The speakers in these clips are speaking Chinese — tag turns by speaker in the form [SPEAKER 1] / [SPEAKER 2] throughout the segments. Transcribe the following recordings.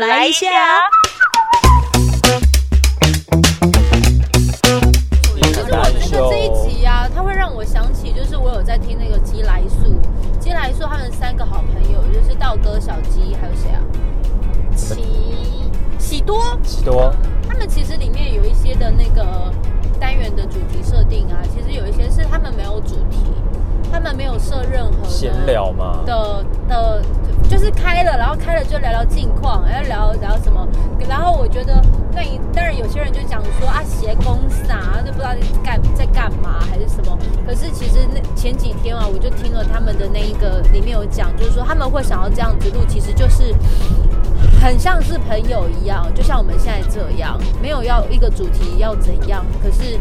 [SPEAKER 1] 来一下。
[SPEAKER 2] 可是我觉得这一集啊，它会让我想起，就是我有在听那个基来素，基来素他们三个好朋友，就是道哥、小鸡，还有谁啊？喜喜多，
[SPEAKER 3] 喜多，
[SPEAKER 2] 他们其实里面有一些的那个单元的主题设定啊，其实有一些是他们没有主题，他们没有设任何的
[SPEAKER 3] 闲聊嘛，
[SPEAKER 2] 的的，就是开了，然后开了就聊聊近况，然后聊聊什么，然后我觉得那一当然有些人就讲说啊鞋公司啊，就不知道在干在干嘛还是什么，可是其实那前几天啊，我就听了他们的那一个里面有讲，就是说他们会想要这样子录，其实就是。很像是朋友一样，就像我们现在这样，没有要一个主题要怎样，可是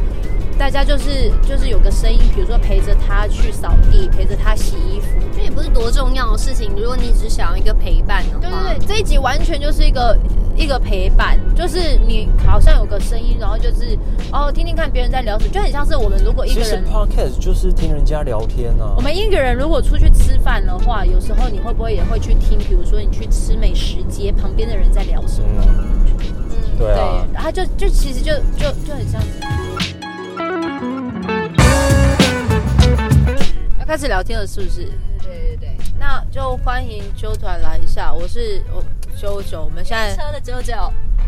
[SPEAKER 2] 大家就是就是有个声音，比如说陪着他去扫地，陪着他洗衣服。
[SPEAKER 1] 这也不是多重要的事情，如果你只想要一个陪伴的
[SPEAKER 2] 对
[SPEAKER 1] 话，
[SPEAKER 2] 对对，这一集完全就是一个一个陪伴，就是你好像有个声音，然后就是哦听听看别人在聊什么，就很像是我们如果一
[SPEAKER 3] 其
[SPEAKER 2] 个
[SPEAKER 3] 实
[SPEAKER 2] 人。
[SPEAKER 3] podcast 就是听人家聊天啊
[SPEAKER 2] 我。们一个人如果出去吃饭的话，有时候你会不会也会去听？比如说你去吃美食街，旁边的人在聊什么？
[SPEAKER 3] 嗯，
[SPEAKER 1] 嗯，
[SPEAKER 3] 对啊，
[SPEAKER 2] 然后就就其实就就就很像。要开始聊天了，是不是？
[SPEAKER 1] 对对对，
[SPEAKER 2] 那就欢迎纠团来一下，我是我九九，我们现在
[SPEAKER 1] 车的九九，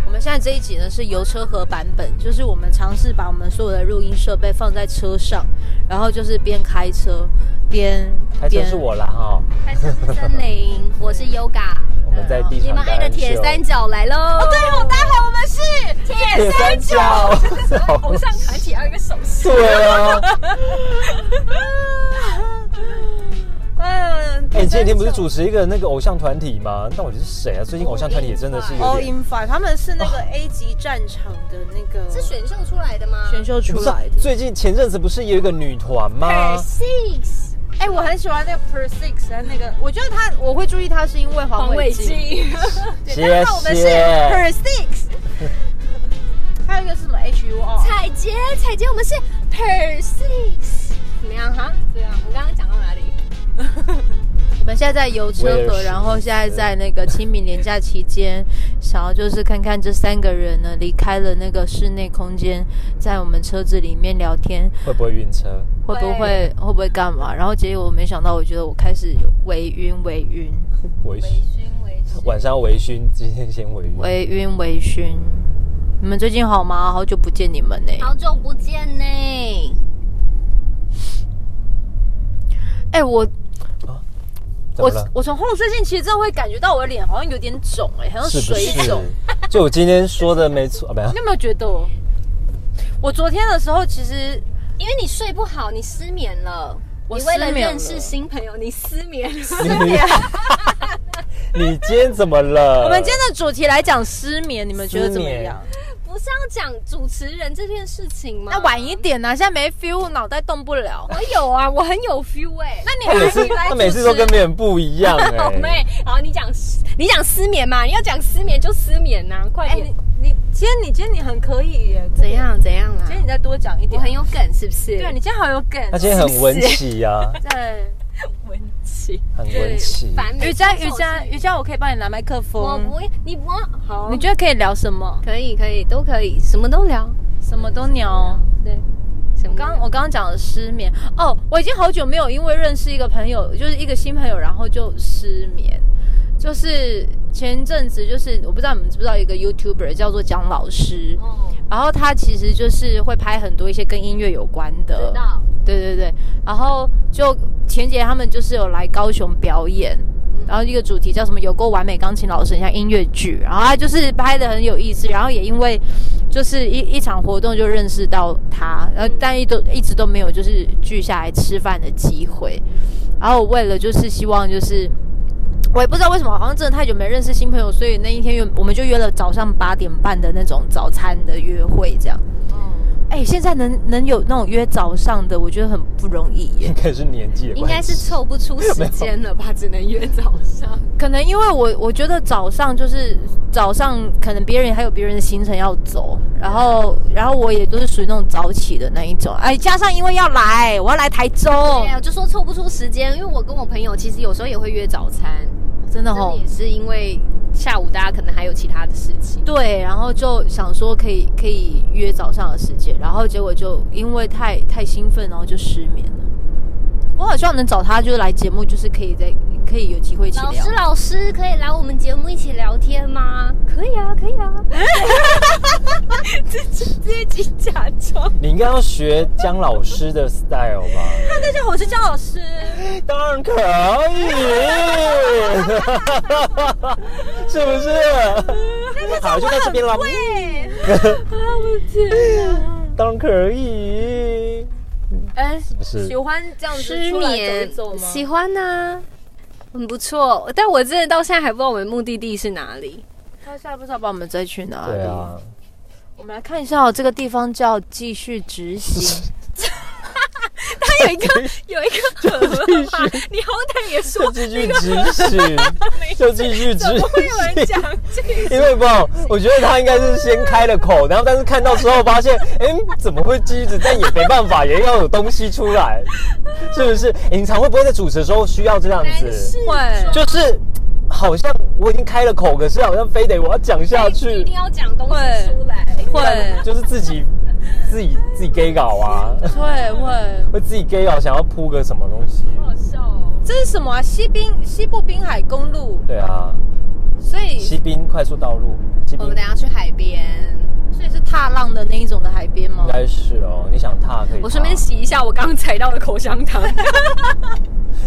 [SPEAKER 2] 我们现在这一集呢是油车盒版本，就是我们尝试把我们所有的录音设备放在车上，然后就是边开车边
[SPEAKER 3] 开车
[SPEAKER 2] 边
[SPEAKER 3] 是我啦哈，
[SPEAKER 1] 开车是森林，我是 Yoga，
[SPEAKER 3] 我们在地
[SPEAKER 1] 啊你
[SPEAKER 3] 上
[SPEAKER 1] 们爱的铁三
[SPEAKER 3] 角，
[SPEAKER 1] 角来喽！哦，对哦，大家好，我们是 铁
[SPEAKER 3] 铁三角，
[SPEAKER 1] 偶像团体，还有一个手势。
[SPEAKER 3] 对啊。
[SPEAKER 2] 嗯
[SPEAKER 3] 哎，你前几天不是主持一个那个偶像团体吗？那我就是谁啊？最近偶像团体也真的是有
[SPEAKER 2] All
[SPEAKER 3] 点，
[SPEAKER 2] in Five，他们是那个
[SPEAKER 3] 啊
[SPEAKER 2] A 级战场的那个
[SPEAKER 1] 是选秀出来的吗？
[SPEAKER 2] 选秀
[SPEAKER 3] 不
[SPEAKER 2] 出
[SPEAKER 3] 是
[SPEAKER 2] 哦来的。
[SPEAKER 3] 最近前阵子不是也有一个女团吗？
[SPEAKER 1] Six，
[SPEAKER 2] 哎、我很喜欢那个 Per Six 的那个，我觉得他我会注意他是因为黄伟基。对
[SPEAKER 3] 谢谢
[SPEAKER 2] 那我们是 Per Six，还有一个是什么 H U R，
[SPEAKER 1] 彩杰，彩杰，我们是 Per Six，怎么样哈？对啊，我们刚刚讲到哪里？
[SPEAKER 2] 我们现在在油车
[SPEAKER 3] 威尔
[SPEAKER 2] 河，
[SPEAKER 3] 士
[SPEAKER 2] 然后现在在那个清明年假期间，想要就是看看这三个人呢离开了那个室内空间，在我们车子里面聊天，
[SPEAKER 3] 会不会晕车？
[SPEAKER 2] 会不会会不会干嘛？然后结果没想到，我觉得我开始有微晕微晕
[SPEAKER 3] 微
[SPEAKER 1] 微
[SPEAKER 3] 醺，
[SPEAKER 1] 醺，微醺。
[SPEAKER 3] 晚上要微醺，今天先微醺。
[SPEAKER 2] 微晕微醺。你们最近好吗？好久不见你们呢、
[SPEAKER 1] 好久不见呢，
[SPEAKER 2] 哎、我
[SPEAKER 3] 怎么
[SPEAKER 2] 我
[SPEAKER 3] 了？
[SPEAKER 2] 我从后最近其实真的会感觉到我的脸好像有点肿哎、好像
[SPEAKER 3] 是不
[SPEAKER 2] 水
[SPEAKER 3] 是
[SPEAKER 2] 肿。？
[SPEAKER 3] 就我今天说的没错，啊， 没有
[SPEAKER 2] 你有没有觉得我？我昨天的时候其实
[SPEAKER 1] 因为你睡不好，你失眠了。
[SPEAKER 2] 我
[SPEAKER 1] 你为了
[SPEAKER 2] 失眠了
[SPEAKER 1] 认识新朋友，你失眠 了。
[SPEAKER 3] 你你今天怎么了？
[SPEAKER 2] 我们今天的主题来讲失眠，你们觉得怎么
[SPEAKER 3] 失眠
[SPEAKER 2] 样？
[SPEAKER 1] 不是要讲主持人这件事情吗？
[SPEAKER 2] 那晚一点呢、啊现在没 feel，脑袋动不了。
[SPEAKER 1] 我有啊，我很有 feel 哎、
[SPEAKER 2] 那你
[SPEAKER 3] 他每次
[SPEAKER 2] 你来
[SPEAKER 3] 他每次
[SPEAKER 2] 主
[SPEAKER 3] 都
[SPEAKER 2] 持
[SPEAKER 3] 跟别人不一样 哎、
[SPEAKER 1] 好哦妹，好，你讲失你讲失眠嘛？你要讲失眠就失眠呐、快
[SPEAKER 2] 哎、
[SPEAKER 1] 点。
[SPEAKER 2] 你你今天你今天你很可以耶，
[SPEAKER 1] 怎？样怎样啦
[SPEAKER 2] 今天你再多讲一
[SPEAKER 1] 我
[SPEAKER 2] 点。
[SPEAKER 1] 很有梗是不是？
[SPEAKER 2] 啊对，你今天好有梗。
[SPEAKER 3] 他今天很文气呀、啊，
[SPEAKER 2] 对，
[SPEAKER 1] 文气，
[SPEAKER 3] 很文气。
[SPEAKER 1] 烦
[SPEAKER 2] 瑜伽瑜伽瑜伽，我可以帮你拿麦克风。
[SPEAKER 1] 我不，你不好，
[SPEAKER 2] 你觉得可以聊什么？
[SPEAKER 1] 可以可以都可以，什么都聊。
[SPEAKER 2] 什么都聊。
[SPEAKER 1] 对，什么都聊？
[SPEAKER 2] 刚我刚刚讲的失眠哦，我已经好久没有因为认识一个朋友，就是一个新朋友，然后就失眠。就是前一阵子，就是我不知道你们知不知道一个 YouTuber 叫做蒋老师，
[SPEAKER 1] 哦，
[SPEAKER 2] 然后他其实就是会拍很多一些跟音乐有关的
[SPEAKER 1] 知，道。
[SPEAKER 2] 对对对。然后就前姐他们就是有来高雄表演，然后一个主题叫什么“有够完美钢琴老师”，很像音乐剧，然后他就是拍的很有意思，然后也因为就是一一场活动就认识到他，然后但一都一直都没有就是聚下来吃饭的机会，然后我为了就是希望就是。我也不知道为什么，好像真的太久没认识新朋友，所以那一天约我们就约了早上八点半的那种早餐的约会，这样。
[SPEAKER 1] 嗯，
[SPEAKER 2] 哎、现在能能有那种约早上的，我觉得很不容易耶
[SPEAKER 3] 应。该是年纪的
[SPEAKER 1] 应该
[SPEAKER 3] 关
[SPEAKER 1] 是
[SPEAKER 3] 系。
[SPEAKER 1] 凑不出时间了吧，只能约早上。
[SPEAKER 2] 可能因为我我觉得早上就是早上，可能别人还有别人的行程要走，然后然后我也都是属于那种早起的那一种，哎，加上因为要来，我要来台中，
[SPEAKER 1] 对啊，就说凑不出时间，因为我跟我朋友其实有时候也会约早餐，
[SPEAKER 2] 真的
[SPEAKER 1] 真的
[SPEAKER 2] 吼
[SPEAKER 1] 也，是因为下午大家可能还有其他的事情。
[SPEAKER 2] 对，然后就想说可以可以约早上的时间，然后结果就因为太太兴奋，然后就失眠了。我好像能找他，就是来节目，就是可以在可以有机会一起
[SPEAKER 4] 老
[SPEAKER 2] 聊
[SPEAKER 4] 师，。老师可以来我们节目一起聊天吗？可以啊，可以啊。
[SPEAKER 1] 自己假装，
[SPEAKER 3] 你应该要学姜老师的 style 吧？
[SPEAKER 2] 大家好，我是姜老师。
[SPEAKER 3] 当然可以， 是不是？好，就在这边了。当然可以，
[SPEAKER 2] 哎，
[SPEAKER 3] 是不是
[SPEAKER 2] 喜？欢这样子
[SPEAKER 1] 失
[SPEAKER 2] 出来
[SPEAKER 1] 眠
[SPEAKER 2] 走一走吗？
[SPEAKER 1] 喜欢啊呐、很不错。但我真的到现在还不知道我们目的地是哪里。
[SPEAKER 2] 他下不知道把我们再去哪里。
[SPEAKER 3] 对啊，
[SPEAKER 2] 我们来看一下、哦，这个地方叫继续执 行。
[SPEAKER 1] 它有一个有一个河嘛，你好歹也说
[SPEAKER 3] 就继续执 行，就继续执
[SPEAKER 1] 会有人
[SPEAKER 3] 行。
[SPEAKER 1] 讲这个。
[SPEAKER 3] 因为不，我觉得他应该是先开了口，然后但是看到之后发现， 哎、怎么会机子？但也没办法，也要有东西 出来，是不是？诶你常会不会在主持的时候需要这样
[SPEAKER 1] 哎
[SPEAKER 3] 子？
[SPEAKER 1] 啊
[SPEAKER 2] 会
[SPEAKER 3] 就是好像我已经开了口，可是好像非得我要讲下
[SPEAKER 4] 一
[SPEAKER 1] 哎
[SPEAKER 3] 去
[SPEAKER 4] 定，要讲东西出来。
[SPEAKER 2] 会
[SPEAKER 3] 就是自 己自己自己 gay 搞啊，
[SPEAKER 2] 会会，
[SPEAKER 3] 会自己 gay 搞，想要铺个什么东西？
[SPEAKER 4] 好笑哦。
[SPEAKER 2] 这是什么啊？西滨西部滨海公路，
[SPEAKER 3] 对啊，
[SPEAKER 2] 所以
[SPEAKER 3] 西滨快速道路，西
[SPEAKER 1] 我
[SPEAKER 3] 滨
[SPEAKER 1] 们等一下
[SPEAKER 3] 应
[SPEAKER 1] 去海边，
[SPEAKER 2] 所以是踏浪的那一种的海边吗？
[SPEAKER 3] 该是哦，你想踏可以踏。
[SPEAKER 1] 我顺便洗一下我刚踩到的口香糖。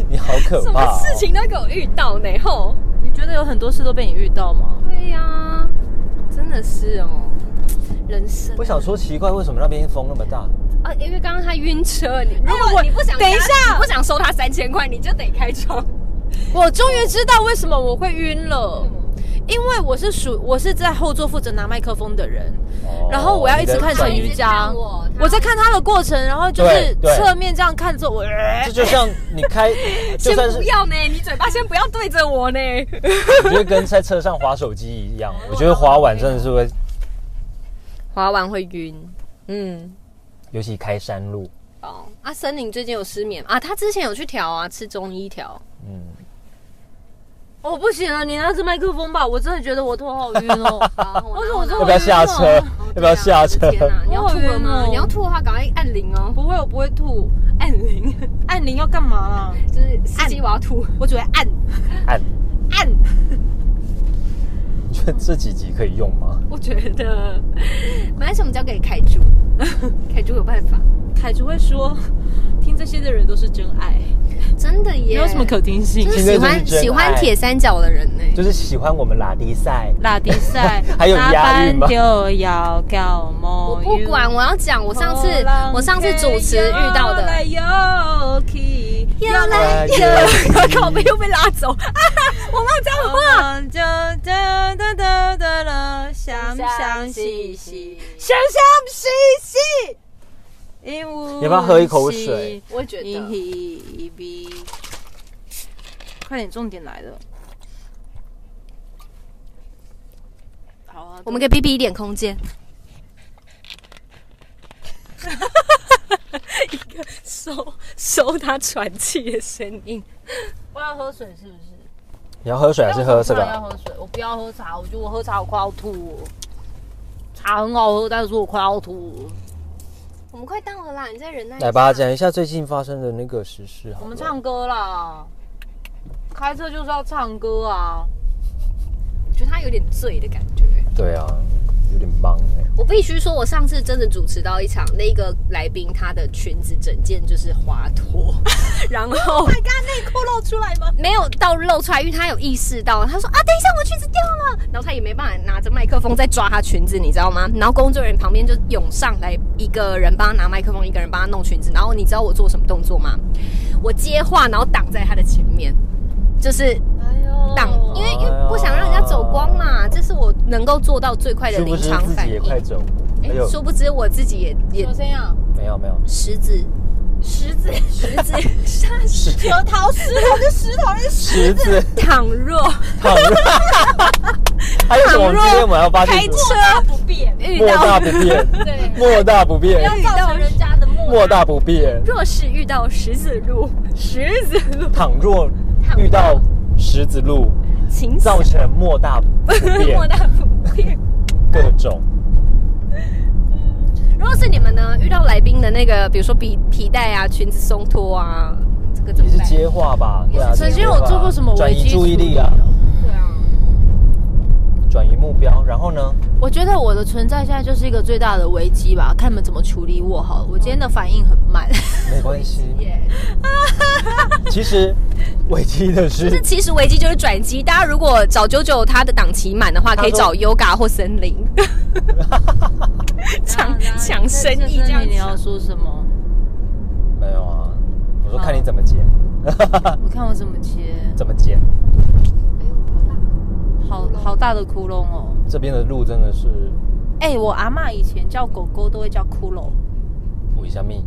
[SPEAKER 3] 你好可
[SPEAKER 1] 什
[SPEAKER 3] 怕、
[SPEAKER 1] 么
[SPEAKER 3] 哦！
[SPEAKER 1] 事情都给我遇到呢？吼，
[SPEAKER 2] 你觉得有很多事都被你遇到吗？
[SPEAKER 1] 对呀、真的是哦，人生
[SPEAKER 3] 我想说奇怪，为什么那边风那么大？
[SPEAKER 1] 啊，因为刚刚他晕车，你
[SPEAKER 2] 如
[SPEAKER 1] 如
[SPEAKER 2] 果
[SPEAKER 1] 果哎你不想
[SPEAKER 2] 等一下
[SPEAKER 1] 加你不想收他三千块，你就得开窗。
[SPEAKER 2] 我终于知道为什么我会晕了，因为我是属我是在后座负责拿麦克风的人，
[SPEAKER 3] 哦
[SPEAKER 2] 然后我要一直看
[SPEAKER 3] 你的
[SPEAKER 2] 陈瑜伽
[SPEAKER 4] 他一直看我，他
[SPEAKER 2] 我在看他的过程，然后就是
[SPEAKER 3] 对对
[SPEAKER 2] 侧面这样看着我，呃
[SPEAKER 3] 这就像哦你开，
[SPEAKER 1] 先
[SPEAKER 3] 就算是
[SPEAKER 1] 不要呢，你嘴巴先不要对着我呢。
[SPEAKER 3] 我觉得跟在车上划手机一样，我觉得划完真的是会，
[SPEAKER 1] 滑完会晕，嗯，
[SPEAKER 3] 尤其开山路，
[SPEAKER 1] 哦，啊，森林最近有失眠啊，他之前有去调啊，吃中医 调，
[SPEAKER 3] 嗯，
[SPEAKER 2] 我哦不行了，你拿着麦克风吧，我真的觉得我头好晕 哦。
[SPEAKER 1] 啊
[SPEAKER 2] 为什么我这
[SPEAKER 3] 要
[SPEAKER 2] 么
[SPEAKER 3] 不要下车
[SPEAKER 2] 我晕？
[SPEAKER 3] 要不要下车？
[SPEAKER 1] 哦天哪，啊你要吐了
[SPEAKER 2] 我好
[SPEAKER 1] 吗？
[SPEAKER 2] 晕哦
[SPEAKER 1] 你要吐的话，赶快按铃哦，
[SPEAKER 2] 不会，我不会吐。
[SPEAKER 1] 按铃，
[SPEAKER 2] 按铃要 干嘛啦？
[SPEAKER 1] 就是司机我要吐。
[SPEAKER 2] 我只会按
[SPEAKER 3] 按，
[SPEAKER 2] 按。
[SPEAKER 3] 觉得这几集可以用吗？
[SPEAKER 1] 我觉得，买什么交给凯 珠，凯珠有办法，
[SPEAKER 2] 凯子会说， 听这些的人都是真爱，
[SPEAKER 1] 真的
[SPEAKER 2] 没
[SPEAKER 1] 耶，
[SPEAKER 2] 有什么可听性
[SPEAKER 1] 就。是喜欢喜欢铁三角的人呢、
[SPEAKER 3] 就是喜欢我们拉迪赛，，
[SPEAKER 2] 拉迪赛
[SPEAKER 3] 还有押韵
[SPEAKER 2] 下班
[SPEAKER 3] 吗
[SPEAKER 2] 就要搞梦
[SPEAKER 1] 我不管，我要讲，我上次我上次主持遇到
[SPEAKER 2] 哦
[SPEAKER 1] 的，
[SPEAKER 2] 又
[SPEAKER 3] 来又
[SPEAKER 1] 来 靠背又被拉走，啊、我忘记了
[SPEAKER 2] 哇！就哒哒哒哒啦，想想细细，想想细细。因无
[SPEAKER 3] 要不要喝一口水？
[SPEAKER 1] 我也觉得
[SPEAKER 2] 一比，快点，重点来了。好啊，
[SPEAKER 1] 我们给 B B 一点空间。一个 收收他喘气的声音，
[SPEAKER 2] 我要喝水是不是？
[SPEAKER 3] 你要喝水还是喝这
[SPEAKER 2] 我突然要
[SPEAKER 3] 个？
[SPEAKER 2] 喝水，啊我不要喝茶，我觉得我喝茶我快要吐哦。茶很好喝，但是我快要吐哦。
[SPEAKER 1] 我们快到了啦，你再忍耐一下
[SPEAKER 3] 来吧，讲一下最近发生的那个时事好了。
[SPEAKER 2] 我们唱歌啦，开车就是要唱歌啊。
[SPEAKER 1] 我觉得他有点醉的感觉。
[SPEAKER 3] 对啊，有点棒哎，
[SPEAKER 1] 我必须说，我上次真的主持到一场，那个来宾他的裙子整件就是滑 脱，然后
[SPEAKER 2] 你刚，Oh 内裤露出来吗？
[SPEAKER 1] 没有到露出来，因为他有意识到，他说啊，等一下我裙子掉了，然后他也没办法拿着麦克风再抓他裙子，你知道吗？然后工作人员旁边就涌上来，一个人帮他拿麦克风，一个人帮他弄裙子，然后你知道我做什么动作吗？我接话，然后挡在他的前面，就是
[SPEAKER 2] 哎呦
[SPEAKER 1] 挡，因为因为不想让人家走光嘛，这是我能够做到最快的
[SPEAKER 3] 是
[SPEAKER 1] 临
[SPEAKER 3] 不是
[SPEAKER 1] 场
[SPEAKER 3] 自
[SPEAKER 1] 反
[SPEAKER 3] 己也
[SPEAKER 1] 应。
[SPEAKER 3] 快走？哎
[SPEAKER 1] 哎
[SPEAKER 3] 呦，
[SPEAKER 1] 殊不知我自己也也
[SPEAKER 2] 什么声音啊？
[SPEAKER 3] 没有没有，
[SPEAKER 1] 石子，石子，石子，沙石
[SPEAKER 2] 核桃石头是石头是石。
[SPEAKER 3] 池子。
[SPEAKER 1] 倘若
[SPEAKER 3] 躺入，还有什么？今天我们要发现
[SPEAKER 1] 开
[SPEAKER 3] 什么
[SPEAKER 1] 车
[SPEAKER 2] 不 变，
[SPEAKER 1] 遇
[SPEAKER 3] 莫大
[SPEAKER 1] 到
[SPEAKER 3] 不变，莫大不变，
[SPEAKER 2] 造成人家的目。
[SPEAKER 3] 莫大不变。
[SPEAKER 1] 若是遇到十字路，十字路
[SPEAKER 3] 倘若
[SPEAKER 1] 倘若
[SPEAKER 3] 遇到十字路，
[SPEAKER 1] 情
[SPEAKER 3] 造成莫大不便
[SPEAKER 1] 莫，大不便。
[SPEAKER 3] 各种
[SPEAKER 1] 如果是你们呢，遇到来宾的那个，比如说皮皮带啊、裙子松脱啊，这个怎
[SPEAKER 3] 也
[SPEAKER 1] 么
[SPEAKER 3] 是
[SPEAKER 1] 办？
[SPEAKER 3] 接话吧，对啊，
[SPEAKER 2] 曾经
[SPEAKER 3] 接话
[SPEAKER 2] 有做过什么
[SPEAKER 3] 转
[SPEAKER 2] 危
[SPEAKER 3] 移
[SPEAKER 2] 机
[SPEAKER 3] 注意力啊，
[SPEAKER 2] 处理哦
[SPEAKER 1] 对啊，
[SPEAKER 3] 转移目标，然后呢？
[SPEAKER 2] 我觉得我的存在现在就是一个最大的危机吧，看你们怎么处理我好了。我今天的反应很 慢，
[SPEAKER 3] 没关系，
[SPEAKER 1] 耶、
[SPEAKER 3] 其实危机
[SPEAKER 1] 就
[SPEAKER 3] 的
[SPEAKER 1] 是
[SPEAKER 3] 是，
[SPEAKER 1] 其实危机就是转机。大家如果找九九他的档期满的话，
[SPEAKER 3] 他
[SPEAKER 1] 可以
[SPEAKER 3] 说
[SPEAKER 1] 找 Yoga 或森 林抢
[SPEAKER 2] 然后
[SPEAKER 1] 抢生意这样
[SPEAKER 2] 你要
[SPEAKER 1] 子。
[SPEAKER 2] 说什么？
[SPEAKER 3] 没有啊，我说看你怎么接，
[SPEAKER 2] 我看我怎么接，
[SPEAKER 3] 怎么接，
[SPEAKER 2] 好好大的窟窿哦。
[SPEAKER 3] 这边的路真的是
[SPEAKER 2] 哎、我阿嬷以前叫狗狗都会叫骷髅，
[SPEAKER 3] 补一下命，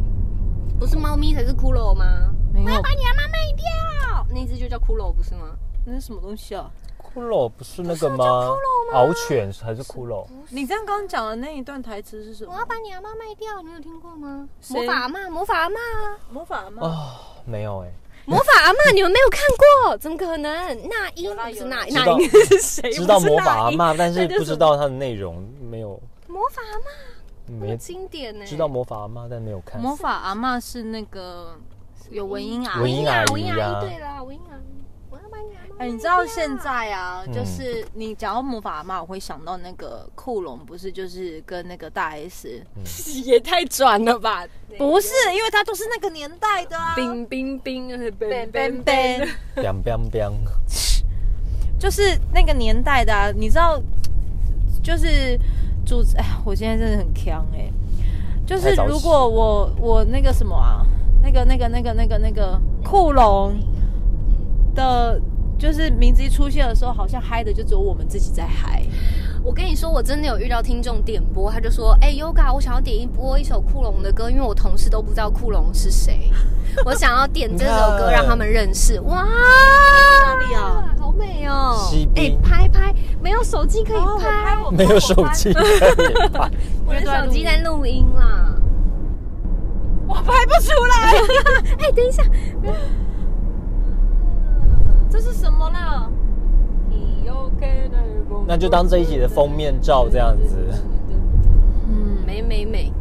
[SPEAKER 1] 不是猫咪才是骷髅吗？
[SPEAKER 2] 没有，
[SPEAKER 1] 你阿妈卖掉，那只就叫骷髅不是吗？
[SPEAKER 2] 那是什么东西啊？
[SPEAKER 3] 骷髅不是那个吗？獒犬还是骷髅？
[SPEAKER 2] 你这样刚刚讲的那一段台词是什
[SPEAKER 1] 我
[SPEAKER 2] 么
[SPEAKER 1] 要？把你阿妈卖掉，你有听过吗？
[SPEAKER 2] 谁
[SPEAKER 1] 魔法阿妈，魔法阿妈啊，
[SPEAKER 2] 魔法阿嬷
[SPEAKER 3] 哦，没有哎、
[SPEAKER 1] 魔法阿 妈，你们没有看过？怎么可能？那英
[SPEAKER 2] 啦
[SPEAKER 1] 不是
[SPEAKER 2] 有
[SPEAKER 1] 那
[SPEAKER 2] 啦
[SPEAKER 3] 知
[SPEAKER 1] 那
[SPEAKER 3] 道
[SPEAKER 1] 英是谁？
[SPEAKER 3] 知道
[SPEAKER 1] 哎不是
[SPEAKER 3] 魔
[SPEAKER 1] 那
[SPEAKER 3] 法阿
[SPEAKER 1] 英
[SPEAKER 3] 妈，但是
[SPEAKER 1] 那就
[SPEAKER 3] 不知道它的内容，没有
[SPEAKER 1] 魔法阿妈，
[SPEAKER 3] 没
[SPEAKER 1] 很经典呢。
[SPEAKER 3] 知道魔法阿妈，但没有看。
[SPEAKER 2] 魔法阿嬷是那个有文英阿
[SPEAKER 3] 文
[SPEAKER 2] 姨。
[SPEAKER 3] 英
[SPEAKER 1] 啊
[SPEAKER 3] 阿
[SPEAKER 1] 文
[SPEAKER 3] 姨
[SPEAKER 1] 英
[SPEAKER 3] 啊
[SPEAKER 1] 阿姨对啦，文英阿姨，我要把你阿妈卖掉。
[SPEAKER 2] 哎，你知道现在啊，
[SPEAKER 3] 嗯
[SPEAKER 2] 就是你讲到魔法阿嬷，我会想到那个库龙，不是就是跟那个大 S，
[SPEAKER 1] 也太转了吧？
[SPEAKER 2] 不是，因为他都是那个年代的啊。
[SPEAKER 1] 冰冰冰，就是冰
[SPEAKER 2] ben
[SPEAKER 1] 冰
[SPEAKER 2] ben，
[SPEAKER 1] 冰，
[SPEAKER 3] biang biang biang，
[SPEAKER 2] 就是那个年代的啊，你知道，就是主持，哎，我现在真的很强哎、就是
[SPEAKER 3] 太早起
[SPEAKER 2] 如果我我那个什么啊，那个那个那个那个那个库龙的，就是名字一出现的时候，好像嗨的就只有我们自己在嗨。
[SPEAKER 1] 我跟你说，我真的有遇到听众点播，他就说：“哎、y o g a 我想要点一播一首库龙的歌，因为我同事都不知道库龙是 谁，我想要点这首歌让他们认识。”哇，
[SPEAKER 2] 哪里啊？
[SPEAKER 1] 好美哦！
[SPEAKER 3] 西
[SPEAKER 1] 哎、
[SPEAKER 3] 滨
[SPEAKER 1] 拍拍，没有手机可以哦拍，
[SPEAKER 3] 没有手机可以拍。
[SPEAKER 1] 我的手机在录音啦。
[SPEAKER 2] 我拍不出来，
[SPEAKER 1] 哎、等 一下，
[SPEAKER 2] 这是什么啦？
[SPEAKER 3] 那就当这一集的封面照这样子，
[SPEAKER 2] 嗯，
[SPEAKER 1] 美美美，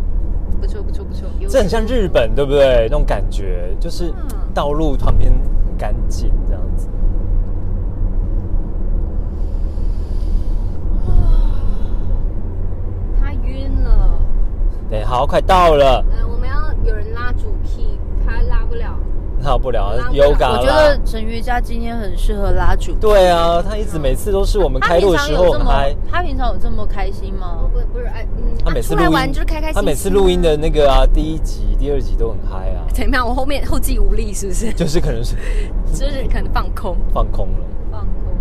[SPEAKER 1] 不错不错不错，有
[SPEAKER 3] 这很像日本，对不对？那种感觉就是
[SPEAKER 1] 嗯
[SPEAKER 3] 道路旁边很干净这样子。
[SPEAKER 1] 他晕了。
[SPEAKER 3] 对，好，快到了，
[SPEAKER 1] 嗯，我们要有人拉主 key，他拉不了。
[SPEAKER 3] 到不了
[SPEAKER 1] 拉不了
[SPEAKER 2] 我
[SPEAKER 3] yoga
[SPEAKER 2] 觉
[SPEAKER 3] 啦
[SPEAKER 2] 得。陈瑜伽今天很适合拉主。
[SPEAKER 3] 对啊，他一直每次都是我们
[SPEAKER 2] 他
[SPEAKER 3] 开
[SPEAKER 2] 平
[SPEAKER 3] 录的
[SPEAKER 2] 常
[SPEAKER 3] 时候
[SPEAKER 2] 有这
[SPEAKER 3] 很
[SPEAKER 2] 么
[SPEAKER 3] 嗨，，
[SPEAKER 2] 他平常有这么开心吗？
[SPEAKER 1] 不不是哎，嗯，
[SPEAKER 3] 他每次
[SPEAKER 1] 出来
[SPEAKER 3] 录
[SPEAKER 1] 玩
[SPEAKER 3] 音
[SPEAKER 1] 就是开开心心。
[SPEAKER 3] 他每次录音的那个啊，第一集、第二集都很嗨 啊，
[SPEAKER 1] 怎么样？我后面后继无力是不 是？
[SPEAKER 3] 就是可能是
[SPEAKER 1] 就是可能放空，
[SPEAKER 3] 放空了。
[SPEAKER 1] 放空。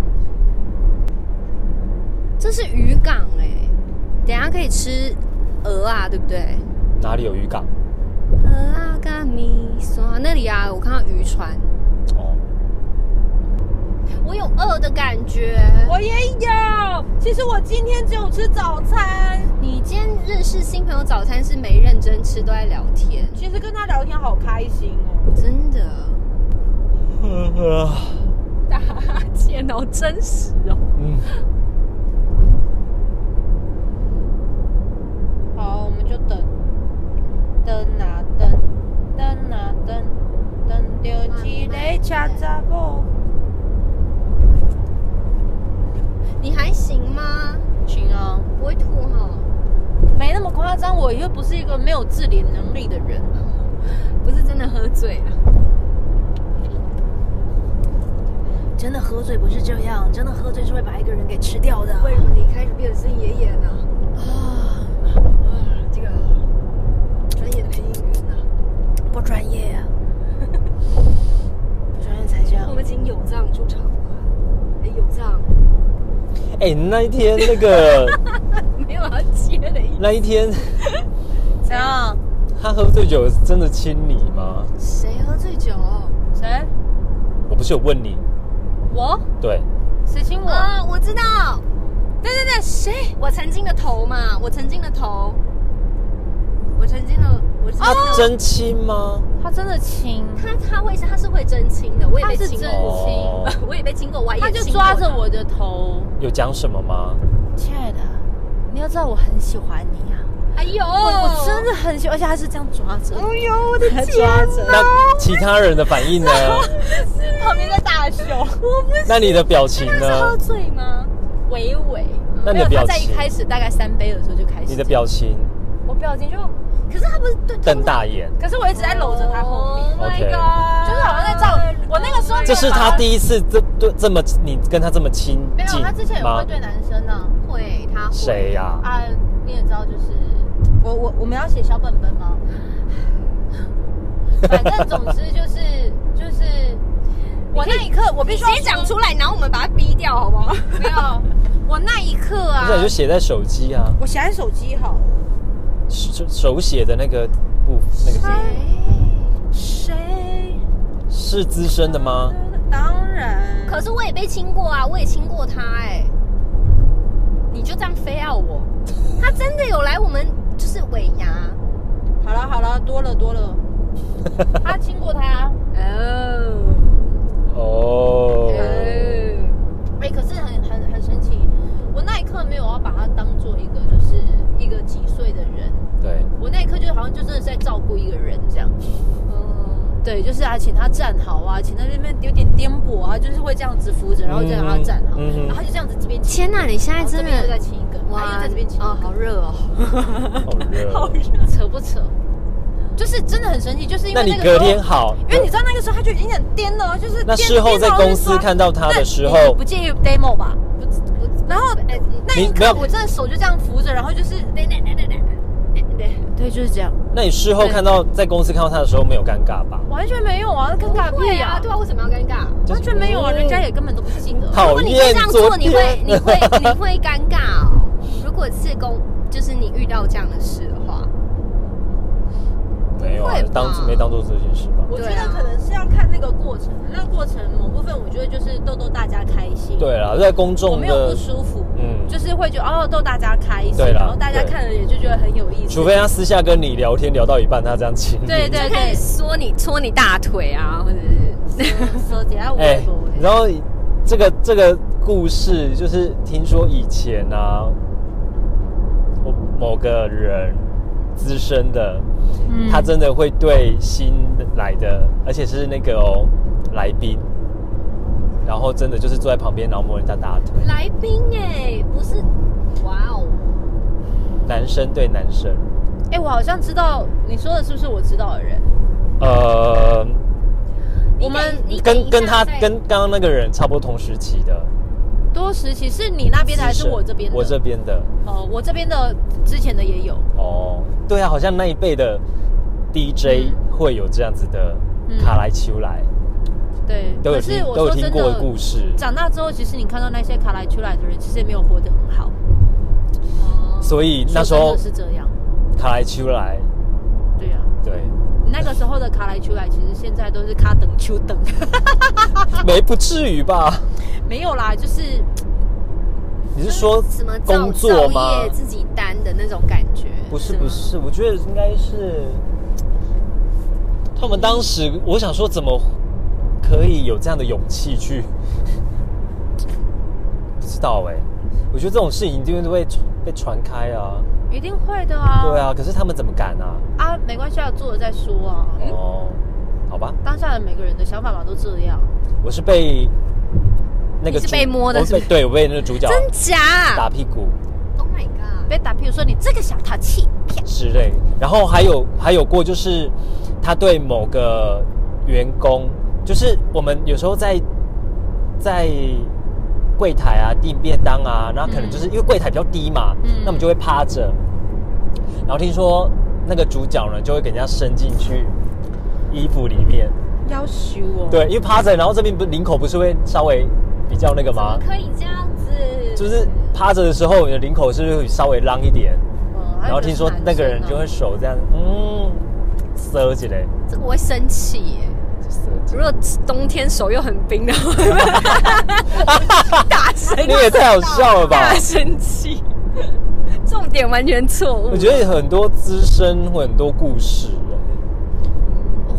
[SPEAKER 1] 这是渔港哎、等一下可以吃鹅啊，对不对？
[SPEAKER 3] 哪里有渔港？
[SPEAKER 1] 鹅啊，咖米刷那里啊，我看到渔船，
[SPEAKER 3] 哦，
[SPEAKER 1] 我有饿的感觉。
[SPEAKER 2] 我也有。其实我今天只有吃早餐，
[SPEAKER 1] 你今天认识新朋友早餐是没认真吃，都在聊天，
[SPEAKER 2] 其实跟他聊天好开心哦。
[SPEAKER 1] 真的。打哈欠好真实哦。
[SPEAKER 3] 嗯，
[SPEAKER 2] 好，我们就等，等啊等，等啊等，等到一个恰查某。
[SPEAKER 1] 你还行吗？
[SPEAKER 2] 行啊，
[SPEAKER 1] 不会吐哈、哦？
[SPEAKER 2] 没那么夸张，我又不是一个没有自理能力的人啊。
[SPEAKER 1] 不是真的喝醉了。
[SPEAKER 2] 真的喝醉不是这样，真的喝醉是会把一个人给吃掉的
[SPEAKER 1] 为什么你开始变得是爷爷呢？啊，这个专业的配音员呢？
[SPEAKER 2] 不专业啊，不专业才这样
[SPEAKER 1] 我们请友藏出场了。哎，友藏
[SPEAKER 3] 哎、那一天那 个
[SPEAKER 1] 没有要接的意思。
[SPEAKER 3] 那一天，
[SPEAKER 2] 怎样？
[SPEAKER 3] 他喝醉酒真的亲你吗？
[SPEAKER 1] 谁喝醉酒？
[SPEAKER 2] 谁？
[SPEAKER 3] 我不是有问你，
[SPEAKER 2] 我？
[SPEAKER 3] 对，
[SPEAKER 2] 谁亲我？
[SPEAKER 1] 啊，我知道。对对对，谁？我曾经的头嘛，我曾经的头，我曾经的，我
[SPEAKER 3] 哦
[SPEAKER 1] 曾经的
[SPEAKER 3] 他真亲吗？
[SPEAKER 2] 他真的亲，
[SPEAKER 1] 他他会是他是会真亲的，我也
[SPEAKER 2] 他
[SPEAKER 1] 被
[SPEAKER 2] 是
[SPEAKER 1] 亲
[SPEAKER 2] 真
[SPEAKER 1] 过，
[SPEAKER 2] 亲。
[SPEAKER 3] 哦
[SPEAKER 1] 我也被经过，我还
[SPEAKER 2] 他就
[SPEAKER 1] 也亲过
[SPEAKER 2] 抓着我的头，
[SPEAKER 3] 有讲什么吗？
[SPEAKER 2] 亲爱的，你要知道我很喜欢你啊，
[SPEAKER 1] 他，哎呦，
[SPEAKER 2] 我
[SPEAKER 3] 哦
[SPEAKER 2] 我真的很喜欢，而且他是这样抓着，
[SPEAKER 1] 哎呦，我的
[SPEAKER 2] 他
[SPEAKER 1] 天，
[SPEAKER 2] 抓着，
[SPEAKER 3] 那其他人的反 应呢？
[SPEAKER 2] 旁边在大笑，
[SPEAKER 3] 那你的表情
[SPEAKER 1] 他是喝
[SPEAKER 3] 呢？
[SPEAKER 1] 醉吗？
[SPEAKER 2] 微微，
[SPEAKER 3] 那你
[SPEAKER 2] 没
[SPEAKER 3] 的
[SPEAKER 2] 有
[SPEAKER 3] 表
[SPEAKER 2] 他在一
[SPEAKER 3] 情，
[SPEAKER 2] 开始大概三杯的时候就开始，
[SPEAKER 3] 你的表情
[SPEAKER 2] 我表情就，
[SPEAKER 1] 可是他不是对，
[SPEAKER 3] 瞪大眼，
[SPEAKER 2] 可是我一直在搂着他后面。
[SPEAKER 1] Oh my
[SPEAKER 3] OK
[SPEAKER 1] god，
[SPEAKER 2] 就是好像在照我那个时候没有
[SPEAKER 3] 这是
[SPEAKER 2] 把
[SPEAKER 3] 他第一次这对这么你跟他这么亲
[SPEAKER 2] 没有，
[SPEAKER 3] 近
[SPEAKER 2] 他之前有
[SPEAKER 3] 吗
[SPEAKER 2] 会？对男生呢
[SPEAKER 1] 会，他会
[SPEAKER 3] 谁呀？
[SPEAKER 2] 啊，你也知道，就是我我我们要写小本本 吗？反正总之就是就是，我那一刻我必须
[SPEAKER 1] 直
[SPEAKER 2] 要
[SPEAKER 1] 接讲出来，然后我们把他逼掉，好不好？
[SPEAKER 2] 说没有， 我那一刻啊
[SPEAKER 3] 不是，，你就写在手机啊，
[SPEAKER 2] 我写在手机好了。
[SPEAKER 3] 手手写的那个部那个字
[SPEAKER 2] 啊谁？
[SPEAKER 3] 是资深的吗？
[SPEAKER 2] 当然，
[SPEAKER 1] 可是我也被亲过啊，我也亲过他哎、
[SPEAKER 2] 你就这样非要 我？
[SPEAKER 1] 他真的有来我们就是尾牙
[SPEAKER 2] 好了好了，多了多 了。他亲过他，
[SPEAKER 1] 哦，
[SPEAKER 3] 哦，
[SPEAKER 2] 哎、可是很很很神奇，我那一刻没有要把他当做一个就是一个几岁的人，
[SPEAKER 3] 对，
[SPEAKER 2] 我那一刻就好像就真的是在照顾一个人这样。对，就是啊，请他站好啊，请他那边有点颠簸啊，就是会这样子扶着，然后就让他站好，
[SPEAKER 3] 嗯嗯
[SPEAKER 2] 然后他就这样子这边亲，
[SPEAKER 1] 天哪，你现在
[SPEAKER 2] 哦然后这
[SPEAKER 1] 真
[SPEAKER 2] 边又
[SPEAKER 1] 的
[SPEAKER 2] 再亲一个，然后又在这边亲一个，
[SPEAKER 1] 哦，好热哦，
[SPEAKER 3] 好热。
[SPEAKER 2] 扯不扯？就是真的很神奇，就是因
[SPEAKER 3] 那
[SPEAKER 2] 为
[SPEAKER 3] 你
[SPEAKER 2] 那个时
[SPEAKER 3] 隔
[SPEAKER 2] 候，
[SPEAKER 3] 天好，
[SPEAKER 2] 因为你知道那个时候他就已经很颠了，就是
[SPEAKER 3] 那
[SPEAKER 2] 颠
[SPEAKER 3] 事后在
[SPEAKER 2] 颠到
[SPEAKER 3] 公
[SPEAKER 2] 就
[SPEAKER 3] 司
[SPEAKER 2] 是说
[SPEAKER 3] 看到他
[SPEAKER 2] 那
[SPEAKER 3] 的时
[SPEAKER 2] 你
[SPEAKER 3] 候
[SPEAKER 2] 不，介意 demo 吧？不不，然后哎那一
[SPEAKER 3] 你没有
[SPEAKER 2] 刻我真的手就这样扶着，然后就是对对对对对对对，就是这样，
[SPEAKER 3] 那你事后看到在公司看到他的时候没有尴尬吧？
[SPEAKER 2] 完全没有啊，那尴尬
[SPEAKER 1] 不会
[SPEAKER 2] 屁
[SPEAKER 1] 啊，对啊，为什么要尴尬？
[SPEAKER 3] 就
[SPEAKER 2] 完
[SPEAKER 3] 是
[SPEAKER 2] 全没有啊，
[SPEAKER 3] 哦
[SPEAKER 2] 人家也根本都不记得。
[SPEAKER 1] 如
[SPEAKER 3] 讨
[SPEAKER 1] 果你会
[SPEAKER 3] 厌
[SPEAKER 1] 这样
[SPEAKER 3] 昨
[SPEAKER 1] 做，你
[SPEAKER 3] 天，
[SPEAKER 1] 会你会你会尴尬哦。如果是公，就是你遇到这样的事的话，
[SPEAKER 3] 嗯没有啊
[SPEAKER 1] 不会吧，
[SPEAKER 3] 当没当做这件事吧？
[SPEAKER 2] 我觉
[SPEAKER 1] 对
[SPEAKER 2] 得
[SPEAKER 1] 啊
[SPEAKER 2] 可能是要看那个过程，那个过程某部分我觉得就是逗逗大家开心。，
[SPEAKER 3] 对啦，在公
[SPEAKER 2] 我
[SPEAKER 3] 众
[SPEAKER 2] 没有
[SPEAKER 3] 的
[SPEAKER 2] 不，舒服，
[SPEAKER 3] 嗯，
[SPEAKER 2] 就是会觉得哦逗大家开心，
[SPEAKER 3] 对啦
[SPEAKER 2] 然后大家看了也就觉得很有意思。
[SPEAKER 3] 除非他私下跟你聊天聊到一半，他这样亲你。
[SPEAKER 2] 对对
[SPEAKER 1] 就开始说你戳你大腿啊，或者是
[SPEAKER 2] 说姐，我
[SPEAKER 3] 哎
[SPEAKER 2] 也不，
[SPEAKER 3] 你知道这个这个故事，就是听说以前啊，我某个人资深的，
[SPEAKER 2] 嗯
[SPEAKER 3] 他真的会对新来的，而且是那个哦来宾，然后真的就是坐在旁边，然后摸人家大腿，
[SPEAKER 1] 来宾哎，不是，哇哦，
[SPEAKER 3] 男生对男生，
[SPEAKER 2] 哎，我好像知道你说的是不是我知道的人？
[SPEAKER 3] 呃，
[SPEAKER 2] 我们
[SPEAKER 1] 你等一下
[SPEAKER 3] 跟跟他
[SPEAKER 1] 再
[SPEAKER 3] 跟刚刚那个人差不多同时期的，
[SPEAKER 2] 多时期是你那边的还是
[SPEAKER 3] 资深
[SPEAKER 2] 我这边的？
[SPEAKER 3] 我这边的。
[SPEAKER 2] 哦，我这边的之前的也有，
[SPEAKER 3] 哦，对啊，好像那一辈的 DJ 会有这样子的
[SPEAKER 2] 嗯
[SPEAKER 3] 卡来秋来，
[SPEAKER 2] 对，
[SPEAKER 3] 都有
[SPEAKER 2] 可是
[SPEAKER 3] 听
[SPEAKER 2] 我
[SPEAKER 3] 都有
[SPEAKER 2] 说
[SPEAKER 3] 听
[SPEAKER 2] 真
[SPEAKER 3] 过的
[SPEAKER 2] 的，
[SPEAKER 3] 故事，
[SPEAKER 2] 长大之后，其实你看到那些卡来出来的人，其实也没有活得很好。
[SPEAKER 3] 所以那时
[SPEAKER 2] 说
[SPEAKER 3] 候
[SPEAKER 2] 真的是这样，
[SPEAKER 3] 卡来秋来，
[SPEAKER 2] 对啊。
[SPEAKER 3] 对，
[SPEAKER 2] 你那个时候的卡来出来，其实现在都是卡等秋等，
[SPEAKER 3] 没不至于吧？
[SPEAKER 2] 没有啦，就是
[SPEAKER 3] 你是说
[SPEAKER 1] 什么造
[SPEAKER 3] 工作吗
[SPEAKER 1] 造？业自己担的那种感觉，
[SPEAKER 3] 不是不是，我觉得应该是他们当时，我想说怎么可以有这样的勇气去， 不知道哎、我觉得这种事情一定会被被传开啊，
[SPEAKER 2] 一定会的
[SPEAKER 1] 哦
[SPEAKER 2] 啊。
[SPEAKER 3] 对啊，可是他们怎么敢啊？
[SPEAKER 2] 啊，没关系啊，做了再说啊。
[SPEAKER 1] 嗯
[SPEAKER 3] 哦，好吧，
[SPEAKER 2] 当下的每个人的想法嘛都这样，
[SPEAKER 3] 我是被那个
[SPEAKER 1] 你是
[SPEAKER 3] 主
[SPEAKER 1] 被摸的
[SPEAKER 3] 我
[SPEAKER 1] 是不是
[SPEAKER 3] 对，我被那个主角
[SPEAKER 1] 真啊假
[SPEAKER 3] 啊打屁股
[SPEAKER 1] ？Oh my god！
[SPEAKER 2] 被打屁股说你这个小淘气，
[SPEAKER 3] 之类。然后还有还有过，就是他对某个员工，就是我们有时候在在柜台啊订便当啊，然后可能就是、因为柜台比较低嘛，
[SPEAKER 2] 嗯
[SPEAKER 3] 那我们就会趴着。然后听说那个主角呢，就会给人家伸进去衣服里面，
[SPEAKER 2] 要羞哦。
[SPEAKER 3] 对，因为趴着，然后这边不领口不是会稍微比较那个
[SPEAKER 1] 怎
[SPEAKER 3] 吗
[SPEAKER 1] 么？可以这样子？
[SPEAKER 3] 就是趴着的时候，你的领口是不是会稍微浪一点？
[SPEAKER 2] 嗯，
[SPEAKER 3] 然后听说那个人就会
[SPEAKER 2] 会
[SPEAKER 3] 手这样，嗯，塞起来，
[SPEAKER 1] 这个我会生气耶。
[SPEAKER 3] 就塞起
[SPEAKER 1] 如
[SPEAKER 3] 来。
[SPEAKER 1] 果冬天手又很冰的 话，大生
[SPEAKER 3] 你哎也太好笑
[SPEAKER 4] 哦
[SPEAKER 3] 了吧
[SPEAKER 1] 大！生气，重点完全错误。
[SPEAKER 3] 我觉得很多资深或很多故事，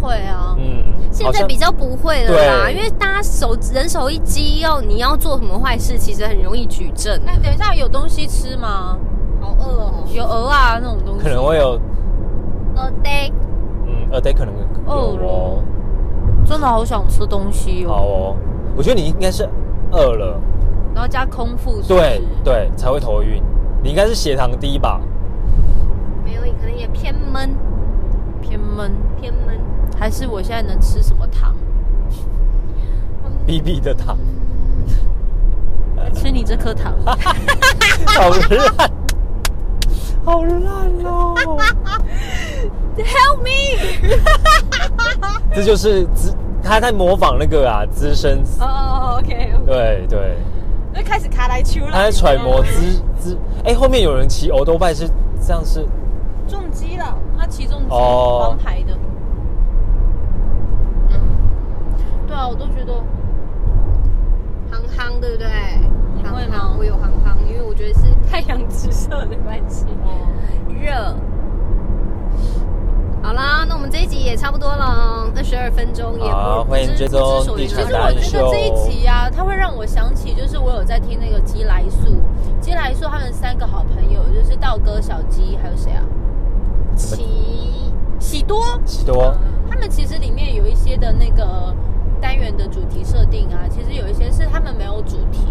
[SPEAKER 2] 会啊。
[SPEAKER 3] 嗯，
[SPEAKER 4] 现在比较不会了啦，
[SPEAKER 3] 对
[SPEAKER 4] 因为大家手人手一机，要你要做什么坏事，其实很容易举证。
[SPEAKER 2] 哎，等一下，有东西吃吗？
[SPEAKER 1] 好饿哦。
[SPEAKER 2] 有鹅啊那种东西？
[SPEAKER 3] 可能会有，
[SPEAKER 4] 哦，对，
[SPEAKER 3] 嗯，呃，对，可能有哦，
[SPEAKER 2] 真的好想吃东西
[SPEAKER 3] 好
[SPEAKER 2] 哦。
[SPEAKER 3] 哦，我觉得你应该是饿了，
[SPEAKER 2] 然后加空腹是不是
[SPEAKER 3] 对对，才会头晕，你应该是血糖低吧？
[SPEAKER 4] 没有，可能也偏闷，
[SPEAKER 2] 偏闷，
[SPEAKER 4] 偏闷。
[SPEAKER 2] 还是我现在能吃什么糖？
[SPEAKER 3] B B 的糖，
[SPEAKER 2] 吃你这颗 糖。
[SPEAKER 3] 好烂，好烂哦！
[SPEAKER 4] Help me！
[SPEAKER 3] 这就是资，他在模仿那个啊，资深，
[SPEAKER 4] Oh,
[SPEAKER 2] 哦，OK，
[SPEAKER 3] 对对，
[SPEAKER 2] 那哎开始卡来球了。
[SPEAKER 3] 他在揣摩资资，哎、后面有人骑欧多拜是这样是，
[SPEAKER 2] 重击了，他骑重击，
[SPEAKER 3] 哦
[SPEAKER 2] 黄牌的。对啊，我都觉 得
[SPEAKER 1] 憨憨，对不对？
[SPEAKER 2] 你
[SPEAKER 1] 憨
[SPEAKER 2] 会
[SPEAKER 1] 憨，
[SPEAKER 2] 吗
[SPEAKER 1] 我有憨憨，因为我觉得是太阳直射的关系。
[SPEAKER 2] 哦
[SPEAKER 1] 热。好啦，那我们这一集也差不多了，二十二分钟也不
[SPEAKER 3] 好欢迎
[SPEAKER 1] 不知
[SPEAKER 3] 追踪
[SPEAKER 1] 不知所云
[SPEAKER 2] 其
[SPEAKER 1] 了
[SPEAKER 3] 地产
[SPEAKER 2] 实
[SPEAKER 3] 达
[SPEAKER 2] 我觉得
[SPEAKER 3] 人秀
[SPEAKER 2] 这一集啊，它会让我想起，就是我有在听那个基来素，基来素他们三个好朋友，就是道哥、小鸡，还有谁啊？
[SPEAKER 3] 怎么
[SPEAKER 1] 奇
[SPEAKER 2] 喜多。
[SPEAKER 3] 喜多？
[SPEAKER 2] 他们其实里面有一些的那个单元的主题设定啊，其实有一些是他们没有主题，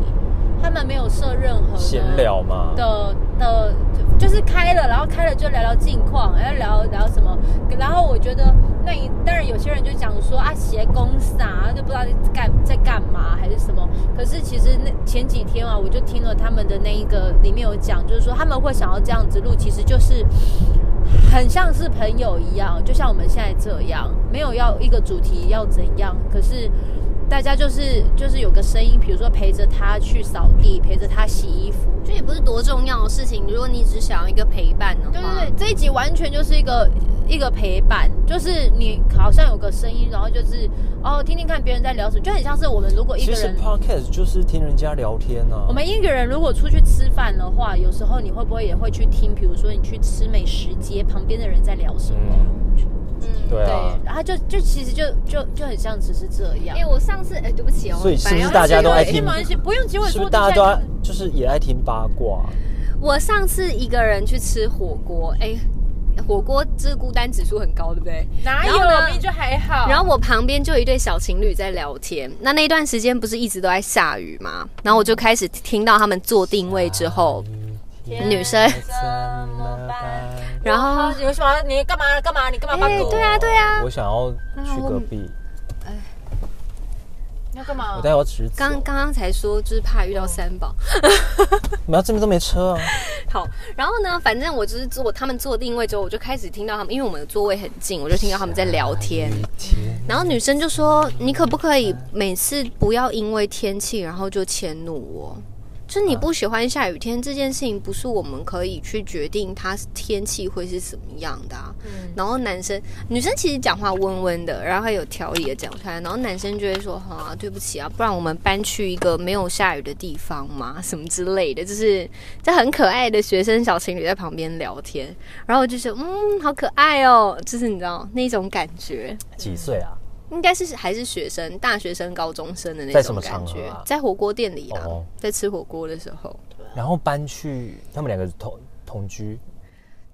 [SPEAKER 2] 他们没有设任何的
[SPEAKER 3] 闲聊嘛，
[SPEAKER 2] 的的，就就是开了，然后开了就聊聊近况，然后聊聊什么，然后我觉得那一当然有些人就讲说啊斜公司啊，就不知道在干在干嘛还是什么，可是其实那前几天啊，我就听了他们的那一个里面有讲，就是说他们会想要这样子录，其实就是。很像是朋友一样，就像我们现在这样，没有要一个主题要怎样，可是大家就是就是有个声音，比如说陪着他去扫地，陪着他洗衣服，
[SPEAKER 1] 这也不是多重要的事情，如果你只想要一个陪伴的话，
[SPEAKER 2] 对对对，这一集完全就是一个一个陪伴，就是你好像有个声音，然后就是哦，听听看别人在聊什么，就很像是我们如果一个
[SPEAKER 3] 其实
[SPEAKER 2] 人，
[SPEAKER 3] podcast 就是听人家聊天啊。
[SPEAKER 2] 我们一个人如果出去吃饭的话，有时候你会不会也会去听，比如说你去吃美食街，旁边的人在聊什么？
[SPEAKER 3] 嗯，
[SPEAKER 1] 嗯
[SPEAKER 3] 对啊，
[SPEAKER 2] 然后就就其实就就就很像只是这样哎
[SPEAKER 1] 哎、。我上次哎、对不起哦，
[SPEAKER 3] 所以是不是
[SPEAKER 1] 反正
[SPEAKER 3] 大家都爱听
[SPEAKER 2] 没关系，不用结尾
[SPEAKER 3] 是不
[SPEAKER 2] 说
[SPEAKER 3] 是大家都
[SPEAKER 2] 现在
[SPEAKER 3] 爱就是也爱听八卦？
[SPEAKER 1] 我上次一个人去吃火锅，哎、火锅这个孤单指数很高，对不对？
[SPEAKER 2] 哪
[SPEAKER 1] 然后呢
[SPEAKER 2] 有？明明就还好。
[SPEAKER 1] 然后我旁边就有一对小情侣在聊天，那那段时间不是一直都在下雨吗？然后我就开始听到他们做定位之后，女
[SPEAKER 3] 哎
[SPEAKER 1] 生
[SPEAKER 2] 怎么办？
[SPEAKER 1] 然后
[SPEAKER 2] 有什么？你干嘛干嘛？你干嘛把
[SPEAKER 1] 哎
[SPEAKER 2] 狗？
[SPEAKER 1] 对啊对啊
[SPEAKER 3] 我想要去隔壁，
[SPEAKER 2] 你要干嘛
[SPEAKER 3] 我？待会要哦迟走。
[SPEAKER 1] 刚刚刚才说就是怕遇到三宝，
[SPEAKER 3] 你们要这边都没车啊？
[SPEAKER 1] 好，然后呢，反正我就是坐他们坐定位之后，我就开始听到他们，因为我们的座位很近，我就听到他们在聊天。然后女生就说：“你可不可以每次不要因为天气，然后就迁怒我？就你不喜欢下雨天这件事情，不是我们可以去决定它天气会是怎么样的、啊。然后男生、女生其实讲话温温的，然后还有条理的讲出来，然后男生就会说：“哈、对不起啊，不然我们搬去一个没有下雨的地方嘛，什么之类的。”就是这很可爱的学生小情侣在旁边聊天，然后我就是嗯，好可爱哦，就是你知道那种感觉。
[SPEAKER 3] 几岁啊？
[SPEAKER 1] 应该是还是学生，大学生、高中生的那
[SPEAKER 3] 在什
[SPEAKER 1] 种
[SPEAKER 3] 么
[SPEAKER 1] 感
[SPEAKER 3] 场合
[SPEAKER 1] 觉，
[SPEAKER 3] 啊
[SPEAKER 1] 在火锅店里啊，
[SPEAKER 3] 哦
[SPEAKER 1] 在吃火锅的时候，
[SPEAKER 3] 然后搬去他们两个同 同居，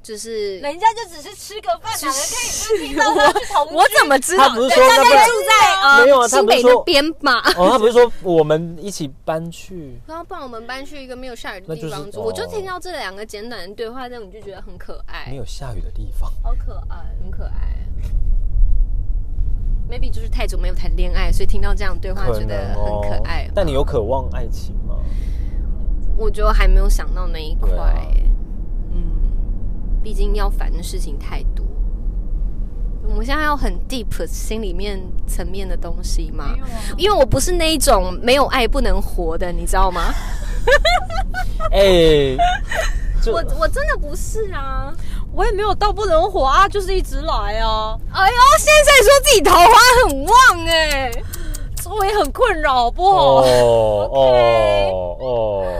[SPEAKER 1] 就是
[SPEAKER 2] 人家就只是吃个饭，哪个可以不听到他去同居？
[SPEAKER 1] 我怎么知道？
[SPEAKER 3] 他不是说他不
[SPEAKER 1] 在住在呃
[SPEAKER 3] 没有啊他
[SPEAKER 1] 新
[SPEAKER 3] 不是
[SPEAKER 1] 北
[SPEAKER 3] 说
[SPEAKER 1] 那边吧？
[SPEAKER 3] 哦，他不是说我们一起搬去？
[SPEAKER 1] 然后不然我们搬去一个没有下雨的地
[SPEAKER 3] 那
[SPEAKER 1] 方
[SPEAKER 3] 就是
[SPEAKER 1] 住，我就
[SPEAKER 3] 哦
[SPEAKER 1] 听到这两个简短的对话，那你就觉得很可爱
[SPEAKER 3] 没，有下雨的地方，
[SPEAKER 1] 好可爱，很可爱。maybe 就是太久没有谈恋爱，所以听到这样的对话
[SPEAKER 3] 哦
[SPEAKER 1] 觉得很可爱。
[SPEAKER 3] 但你有渴望爱情吗？
[SPEAKER 1] 我就还没有想到那一块、
[SPEAKER 3] 对啊
[SPEAKER 1] 嗯，毕竟要烦的事情太多。我们现在要很 deep 心里面层面的东西吗？因为我不是那一种没有爱不能活的，你知道吗？
[SPEAKER 3] 哎，就
[SPEAKER 1] 我我真的不是啊！
[SPEAKER 2] 我也没有到不能活啊，就是一直来啊，
[SPEAKER 1] 哎呦，现在说自己桃花很旺哎、
[SPEAKER 3] 哦
[SPEAKER 2] 我也很困扰，好不好？
[SPEAKER 3] 哦哦哦，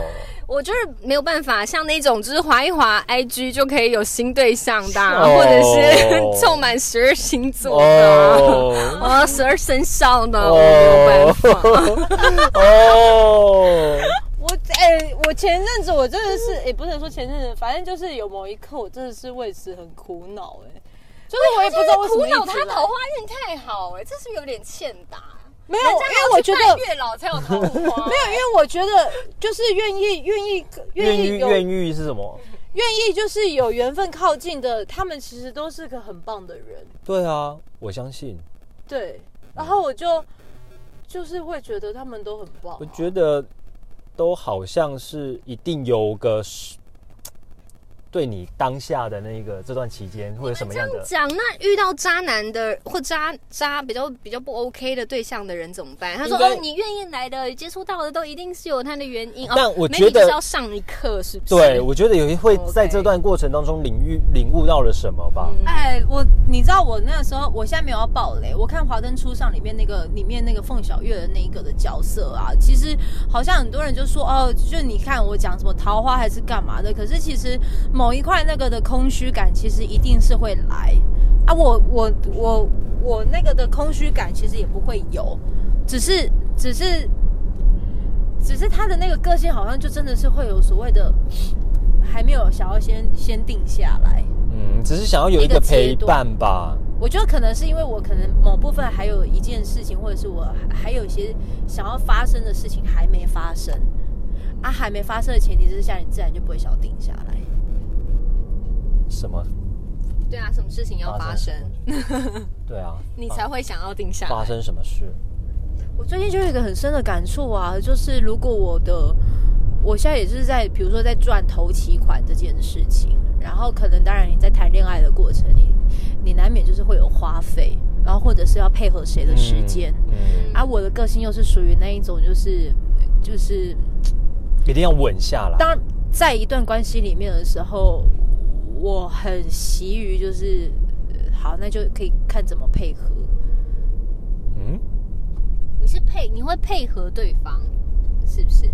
[SPEAKER 1] 我就是没有办法像那种就是滑一滑 IG 就可以有新对象的啊、
[SPEAKER 3] 哦
[SPEAKER 1] 或者是 凑满十二星座的啊、
[SPEAKER 3] 哦
[SPEAKER 1] 哦，十二生肖呢，我没有办法。
[SPEAKER 3] 哦，
[SPEAKER 2] 我哎、我前阵子我真的是，也、哎不能说前阵子，反正就是有某一刻，我真的是为此很苦恼哎、就是我也不知道为什么
[SPEAKER 1] 苦
[SPEAKER 2] 一
[SPEAKER 1] 恼
[SPEAKER 2] 直
[SPEAKER 1] 他
[SPEAKER 2] 来
[SPEAKER 1] 桃花运太好哎、这是不是有点欠打？
[SPEAKER 2] 没有，因
[SPEAKER 1] 人家还
[SPEAKER 2] 为
[SPEAKER 1] 要
[SPEAKER 2] 我
[SPEAKER 1] 去
[SPEAKER 2] 觉
[SPEAKER 1] 拜
[SPEAKER 2] 得
[SPEAKER 1] 月老才有桃 花
[SPEAKER 2] 没。有，因为我觉得就是愿意愿意愿
[SPEAKER 3] 愿
[SPEAKER 2] 意
[SPEAKER 3] 意
[SPEAKER 2] 有
[SPEAKER 3] 愿意是什么？
[SPEAKER 2] 愿意就是有缘分靠近的，他们其实都是个很棒的人，
[SPEAKER 3] 对啊，我相信。
[SPEAKER 2] 对。然后我就就是会觉得他们都很棒啊、
[SPEAKER 3] 我觉得都好像是一定有个是对你当下的那个这段期间会有什么
[SPEAKER 1] 这
[SPEAKER 3] 样
[SPEAKER 1] 样
[SPEAKER 3] 的？
[SPEAKER 1] 讲，那遇到渣男的或渣渣比较比较不 OK 的对象的人怎么办？他说：“
[SPEAKER 3] 应该
[SPEAKER 1] 哦，你愿意来的、接触到的都一定是有他的原因。”哦，
[SPEAKER 3] 但我
[SPEAKER 1] 没
[SPEAKER 3] 觉
[SPEAKER 1] 你就是
[SPEAKER 3] 得
[SPEAKER 1] 要，上一课，是不是？
[SPEAKER 3] 对我觉得有一会在
[SPEAKER 1] OK
[SPEAKER 3] 这段过程当中领域领悟到了什么吧。
[SPEAKER 2] 哎，我你知道我那个时候，我现在没有要爆雷。我看《华灯初上》里面那个里面那个凤小岳的那一个的角色啊，其实好像很多人就说哦，就是你看我讲什么桃花还是干嘛的，可是其实某一块那个的空虚感，其实一定是会来啊。我我我我那个的空虚感其实也不会有，只是只是只是他的那个个性好像就真的是会有所谓的。还没有想要先先定下来，
[SPEAKER 3] 嗯，只是想要有一个陪伴吧。
[SPEAKER 2] 我觉得可能是因为我可能某部分还有一件事情，或者是我还有一些想要发生的事情还没发生。啊，还没发生的前提之下，你自然就不会想要定下来。
[SPEAKER 3] 什么？
[SPEAKER 1] 对啊，什么事情要发生，
[SPEAKER 3] 对啊，
[SPEAKER 1] 你才会想要定下
[SPEAKER 3] 发
[SPEAKER 1] 来。
[SPEAKER 3] 生什么事？
[SPEAKER 2] 我最近就有一个很深的感触啊，就是如果我的我现在也是在，比如说在赚头期款这件事情，然后可能当然你在谈恋爱的过程里，你难免就是会有花费，然后或者是要配合谁的时间。
[SPEAKER 3] 嗯，嗯
[SPEAKER 2] 啊，我的个性又是属于那一种，就是就是
[SPEAKER 3] 一定要稳下来。
[SPEAKER 2] 当在一段关系里面的时候，我很习于就是呃好，那就可以看怎么配合。
[SPEAKER 3] 嗯，
[SPEAKER 1] 你是配，你会配合对方，是不是？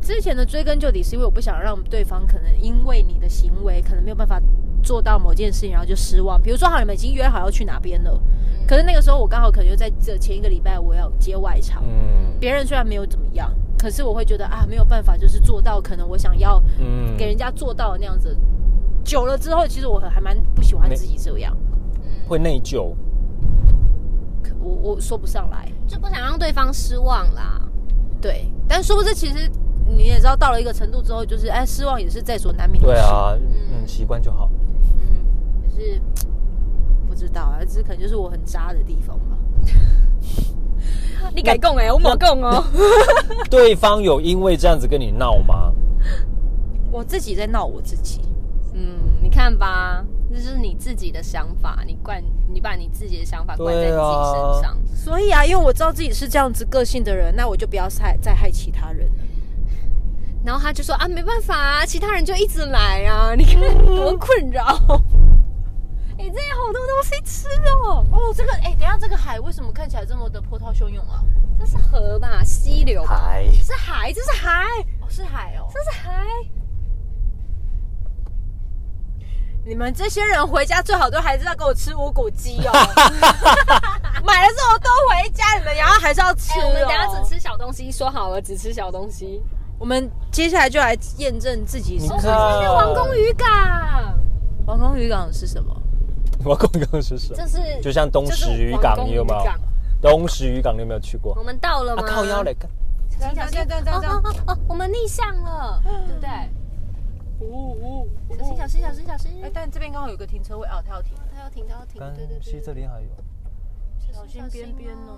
[SPEAKER 2] 之前的追根究底是因为我不想让对方可能因为你的行为可能没有办法做到某件事情，然后就失望。比如说，好，你们已经约好要去哪边了，
[SPEAKER 1] 嗯
[SPEAKER 2] 可是那个时候我刚好可能就在这前一个礼拜我要接外场，
[SPEAKER 3] 嗯
[SPEAKER 2] 别人虽然没有怎么样，可是我会觉得啊，没有办法，就是做到可能我想要
[SPEAKER 3] 嗯
[SPEAKER 2] 给人家做到的那样子。久了之后，其实我还蛮不喜欢自己这样，
[SPEAKER 1] 嗯
[SPEAKER 3] 会内疚。
[SPEAKER 2] 可我我说不上来。
[SPEAKER 1] 就不想让对方失望啦。
[SPEAKER 2] 对，但殊不知其实你也知道，到了一个程度之后，就是哎，失望也是在所难免的
[SPEAKER 3] 对
[SPEAKER 2] 事。
[SPEAKER 3] 啊，嗯，习惯就好。
[SPEAKER 2] 嗯，可是不知道啊，这可能就是我很渣的地方吧。
[SPEAKER 1] 你改供哎，我冇供哦。
[SPEAKER 3] 对方有因为这样子跟你闹吗？
[SPEAKER 2] 我自己在闹我自己。
[SPEAKER 1] 嗯，你看吧，这就是你自己的想法，你灌，你把你自己的想法灌在你自己
[SPEAKER 3] 对啊
[SPEAKER 1] 身上。
[SPEAKER 2] 所以啊，因为我知道自己是这样子个性的人，那我就不要害再害其他人了。
[SPEAKER 1] 然后他就说啊，没办法啊，其他人就一直来啊， 你看多困扰。哎、这里好多东西吃哦，
[SPEAKER 2] 哦，这个哎，等一下这个海为什么看起来这么的波涛汹涌啊？
[SPEAKER 1] 这是河吧，溪流吧，
[SPEAKER 3] 还
[SPEAKER 1] 是海，这是海，
[SPEAKER 2] 哦，是海哦。
[SPEAKER 1] 这是海。
[SPEAKER 2] 你们这些人回家最好都还是要给我吃无骨鸡 哦，买了之后都回家，你们然后还是要吃、
[SPEAKER 1] 哎、
[SPEAKER 2] 哦
[SPEAKER 1] 我们等下只，吃小东西，说好了只吃小东西。
[SPEAKER 2] 我们接下来就来验证自己
[SPEAKER 3] 你
[SPEAKER 2] 是
[SPEAKER 3] 看，
[SPEAKER 1] 皇宫渔港，
[SPEAKER 2] 王宫渔港是什么。
[SPEAKER 3] 王宫渔港是什么？
[SPEAKER 1] 这是
[SPEAKER 3] 就像东石渔港，你有没有？东石渔港你有没有去过
[SPEAKER 1] 我？们到了
[SPEAKER 3] 啊，
[SPEAKER 1] 吗？
[SPEAKER 3] 靠腰嘞，干
[SPEAKER 2] 这样这样这样这
[SPEAKER 1] 哦
[SPEAKER 2] 样这样，
[SPEAKER 1] 哦哦哦，我们逆向 了，对不对？
[SPEAKER 2] 呜呜
[SPEAKER 1] 小心小心小心小心！
[SPEAKER 2] 哎，但这边刚好有个停车位哦，他要停。
[SPEAKER 1] 他要停，他要停，
[SPEAKER 3] 干
[SPEAKER 1] 对对
[SPEAKER 3] 西
[SPEAKER 1] 对，
[SPEAKER 3] 嗯这里还有，
[SPEAKER 2] 小心边边哦。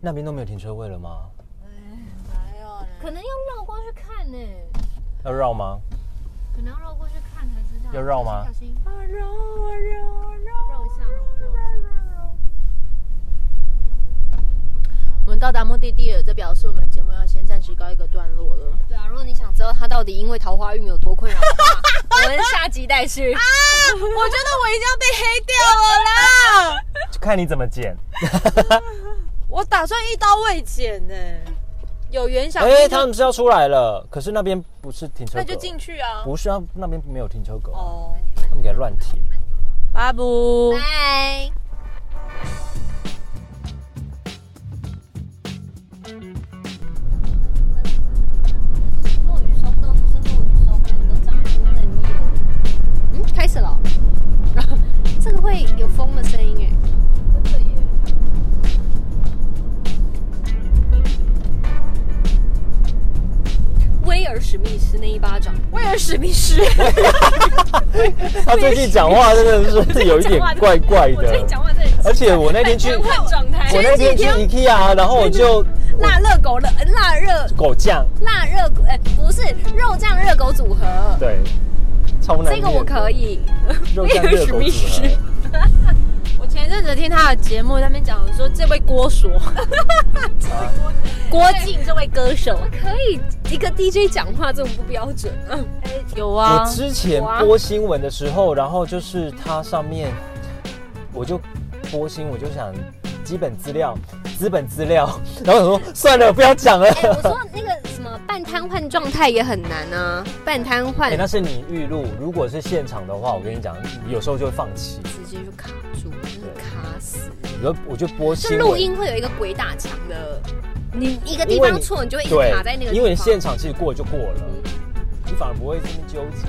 [SPEAKER 3] 那边都没有停车位了吗？
[SPEAKER 2] 哎呦嘞，
[SPEAKER 1] 可能要绕过去看呢、
[SPEAKER 3] 要绕吗？
[SPEAKER 1] 可能要绕过去看才知道。
[SPEAKER 3] 要绕吗
[SPEAKER 1] 小心
[SPEAKER 2] 啊绕啊绕啊绕。
[SPEAKER 1] 绕一下，绕一下。
[SPEAKER 2] 我们到达目的地了，这表示我们节目要先暂时告一个段落了。
[SPEAKER 1] 对啊，如果你想知道他到底因为桃花运有多困扰的话， 我们下集待
[SPEAKER 2] 我
[SPEAKER 1] 续。
[SPEAKER 2] 觉得我一定要被黑掉了啦！
[SPEAKER 3] 就看你怎么剪。
[SPEAKER 2] 我打算一刀未剪呢、
[SPEAKER 5] 有袁小
[SPEAKER 3] 哎、
[SPEAKER 5] 兵
[SPEAKER 3] 他
[SPEAKER 5] 就，
[SPEAKER 3] 们是要出来了，可是那边不是停车格，
[SPEAKER 5] 那就进去啊。
[SPEAKER 3] 不是啊，那边没有停车格，
[SPEAKER 5] 哦，
[SPEAKER 3] 他们给它乱停。
[SPEAKER 5] 巴布，
[SPEAKER 1] 拜。嗯
[SPEAKER 5] 落雨收都不是落雨收工，都长出嫩叶。
[SPEAKER 1] 嗯，开始了 哦。这个会有风的声音哎。
[SPEAKER 5] 真的耶。
[SPEAKER 1] 威尔史密斯那一巴掌，威尔史密斯，
[SPEAKER 3] 他最近讲话真的是有一点怪怪
[SPEAKER 1] 我最近
[SPEAKER 3] 的，
[SPEAKER 1] 讲话真的
[SPEAKER 3] 而且我那天去，我
[SPEAKER 1] 换状态。
[SPEAKER 3] 那天去 IKEA，然后我就
[SPEAKER 1] 辣热狗的呃辣热
[SPEAKER 3] 狗酱，
[SPEAKER 1] 辣热狗，哎、不是肉酱热狗组合，
[SPEAKER 3] 对，超难念的。
[SPEAKER 1] 这个我可以。
[SPEAKER 3] 肉酱热
[SPEAKER 1] 威尔
[SPEAKER 3] 狗哎组
[SPEAKER 1] 史
[SPEAKER 3] 合
[SPEAKER 1] 密斯。
[SPEAKER 5] 我前阵子听他的节目，他们讲说这位郭 所，郭靖这位歌手，
[SPEAKER 1] 可以一个 DJ 讲话这么不标准 啊？
[SPEAKER 5] 有
[SPEAKER 3] 我
[SPEAKER 5] 啊，
[SPEAKER 3] 之前播新闻的时候，然后就是它上面，我就播新，我就想基本资料，资本资料，然后我说算了，不要讲了。
[SPEAKER 1] 哎我说那个什么半瘫痪状态也很难啊，半瘫痪
[SPEAKER 3] 哎、那是你预录，如果是现场的话，我跟你讲，有时候就会放弃。
[SPEAKER 1] 直接就卡住，真的卡死。
[SPEAKER 3] 然后我就播
[SPEAKER 1] 就
[SPEAKER 3] 新
[SPEAKER 1] 录
[SPEAKER 3] 闻，
[SPEAKER 1] 音会有一个鬼打墙的，你一个地
[SPEAKER 3] 因为
[SPEAKER 1] 方
[SPEAKER 3] 你
[SPEAKER 1] 错，你就会一直
[SPEAKER 3] 对
[SPEAKER 1] 卡在那个地方。
[SPEAKER 3] 因为你现场其实过了就过了，你反而不会这么纠结。